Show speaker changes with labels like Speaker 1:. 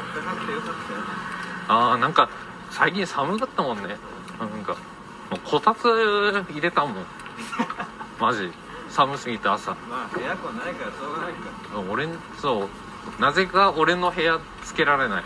Speaker 1: 来てよかったよ
Speaker 2: ああなんか最近寒かったもんねなんかもうこたつ入れたもんマジ寒すぎて朝
Speaker 1: まあエアコンないからしょうがないか
Speaker 2: 俺んそうなぜか俺の部屋つけられない